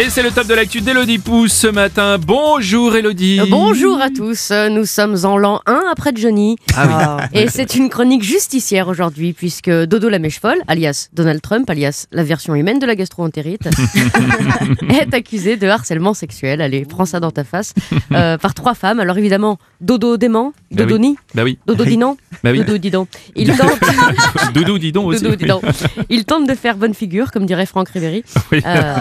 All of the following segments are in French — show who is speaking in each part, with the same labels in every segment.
Speaker 1: Et c'est le top de l'actu d'Elodie Pouce ce matin. Bonjour Elodie.
Speaker 2: Euh, Bonjour à tous, euh, nous sommes en l'an 1 après Johnny.
Speaker 1: Ah
Speaker 2: Ah. Et c'est une chronique justicière aujourd'hui, puisque Dodo la mèche folle, alias Donald Trump, alias la version humaine de la gastroentérite, est accusé de harcèlement sexuel. Allez, prends ça dans ta face. Euh, par trois femmes. Alors évidemment, Dodo dément,
Speaker 1: Bah
Speaker 2: Dodo
Speaker 1: oui.
Speaker 2: ni,
Speaker 1: Bah oui.
Speaker 2: Dodo dinant,
Speaker 1: Bah oui.
Speaker 2: Dodo didon. Il tente.
Speaker 1: Doudou, dis donc aussi.
Speaker 2: Doudou, dis donc. Il tente de faire bonne figure, comme dirait Franck Ribéry. Euh,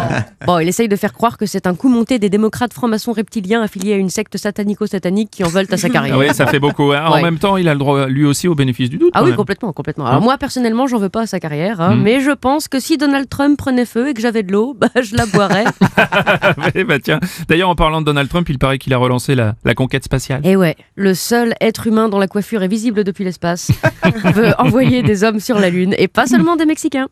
Speaker 2: bon, il essaye de faire croire que c'est un coup monté des démocrates francs-maçons reptiliens affiliés à une secte satanico-satanique qui en veulent à sa
Speaker 1: Oui.
Speaker 2: carrière.
Speaker 1: Ah ouais, ça fait beaucoup. hein. En
Speaker 2: Ouais.
Speaker 1: même temps, il a le droit lui aussi au bénéfice du doute.
Speaker 2: Ah
Speaker 1: quand
Speaker 2: oui,
Speaker 1: même.
Speaker 2: complètement, complètement. Alors
Speaker 1: Mm.
Speaker 2: moi, personnellement, j'en veux pas à sa carrière, hein,
Speaker 1: Mm.
Speaker 2: mais je pense que si Donald Trump prenait feu et que j'avais de l'eau, bah, je la boirais.
Speaker 1: Ouais, bah tiens. D'ailleurs, en parlant de Donald Trump, il paraît qu'il a relancé la, la conquête spatiale.
Speaker 2: et Eh ouais, le seul être humain dont la coiffure est visible depuis l'espace veut envoyer des hommes sur la Lune, et pas seulement des Mexicains.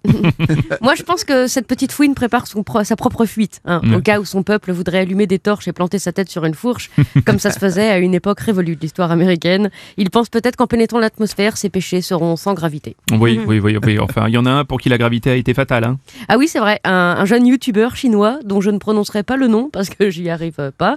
Speaker 2: moi, je pense que cette petite fouine prépare son pro- sa propre fuite, hein,
Speaker 1: Mm.
Speaker 2: au cas où son peuple voudrait allumer des torches et planter sa tête sur une fourche, comme ça se faisait à une époque révolue de l'histoire américaine. Il pense peut-être qu'en pénétrant l'atmosphère, ses péchés seront sans gravité.
Speaker 1: Oui, oui, oui, oui. Enfin, il y en a un pour qui la gravité a été fatale. hein.
Speaker 2: Ah oui, c'est vrai, un, un jeune youtubeur chinois dont je ne prononcerai pas le nom parce que j'y arrive euh, pas.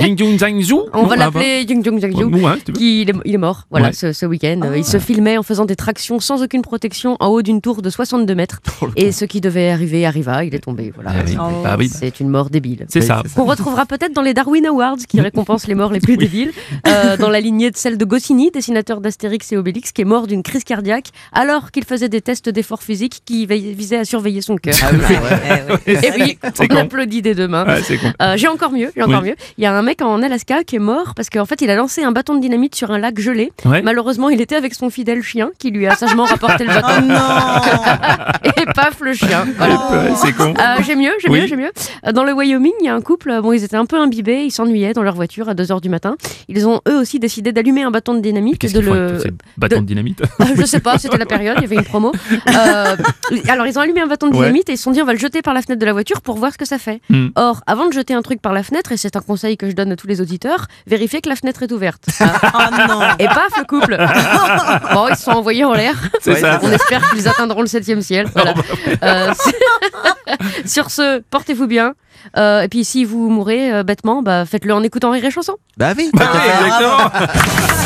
Speaker 1: Jing Jung Zhang Zhu
Speaker 2: On
Speaker 1: Non,
Speaker 2: va
Speaker 1: ah,
Speaker 2: l'appeler Jung Jung Jung
Speaker 1: bah,
Speaker 2: Yu.
Speaker 1: ou, hein, si tu veux.
Speaker 2: Qui, il, est, il est mort, voilà,
Speaker 1: Ouais.
Speaker 2: ce, ce week-end. Euh, Il se filmait en faisant des tractions sans aucune protection en haut d'une tour de 62 mètres.
Speaker 1: Oh,
Speaker 2: Et ce qui devait arriver arriva, il est tombé. Voilà.
Speaker 1: Ah oui, bah oui.
Speaker 2: C'est une mort débile.
Speaker 1: C'est ça.
Speaker 2: Qu'on retrouvera peut-être dans les Darwin Awards, qui récompensent les morts les plus débiles, euh, dans la lignée de celle de Goscinny, dessinateur d'Astérix et Obélix, qui est mort d'une crise cardiaque alors qu'il faisait des tests d'efforts physiques qui vei- visaient à surveiller son cœur. Et oui,
Speaker 1: C'est
Speaker 2: on
Speaker 1: con.
Speaker 2: applaudit des deux mains.
Speaker 1: Ouais, c'est con.
Speaker 2: Euh, j'ai encore mieux, j'ai encore mieux. Il y a un mec en Alaska qui est mort parce qu'en fait il a lancé un bâton de dynamite sur un lac gelé.
Speaker 1: Ouais.
Speaker 2: Malheureusement, il était avec son fidèle chien qui lui a sagement rapporté le bâton. Et paf le chien. Voilà.
Speaker 1: Ouais, C'est con.
Speaker 2: Euh, j'ai mieux, j'ai
Speaker 1: Oh, Oui.
Speaker 2: mieux, j'ai mieux. Euh, Dans le Wyoming, il y a un couple, euh, bon, ils étaient un peu imbibés, ils s'ennuyaient dans leur voiture à 2h du matin. Ils ont eux aussi décidé d'allumer un bâton de dynamite et
Speaker 1: Qu'est-ce
Speaker 2: de
Speaker 1: qu'il faut
Speaker 2: le
Speaker 1: avec tous ces bâtons de dynamite
Speaker 2: ah, Je sais pas, c'était la période, il y avait une promo. Euh, alors, ils ont allumé un bâton de
Speaker 1: Ouais.
Speaker 2: dynamite et ils se sont dit on va le jeter par la fenêtre de la voiture pour voir ce que ça fait.
Speaker 1: Hmm.
Speaker 2: Or, avant de jeter un truc par la fenêtre, et c'est un conseil que je donne à tous les auditeurs, vérifiez que la fenêtre est ouverte. Ah. Et paf, le couple Bon, ils se sont envoyés en l'air.
Speaker 1: C'est ça. Ah, bah,
Speaker 2: On espère qu'ils atteindront le septième ciel. Voilà. Euh, c'est- Sur ce, portez-vous bien. Euh, et puis, si vous mourrez euh, bêtement, bah, faites-le en écoutant Rire et Chanson.
Speaker 3: Bah oui.
Speaker 1: Bah oui, exactement.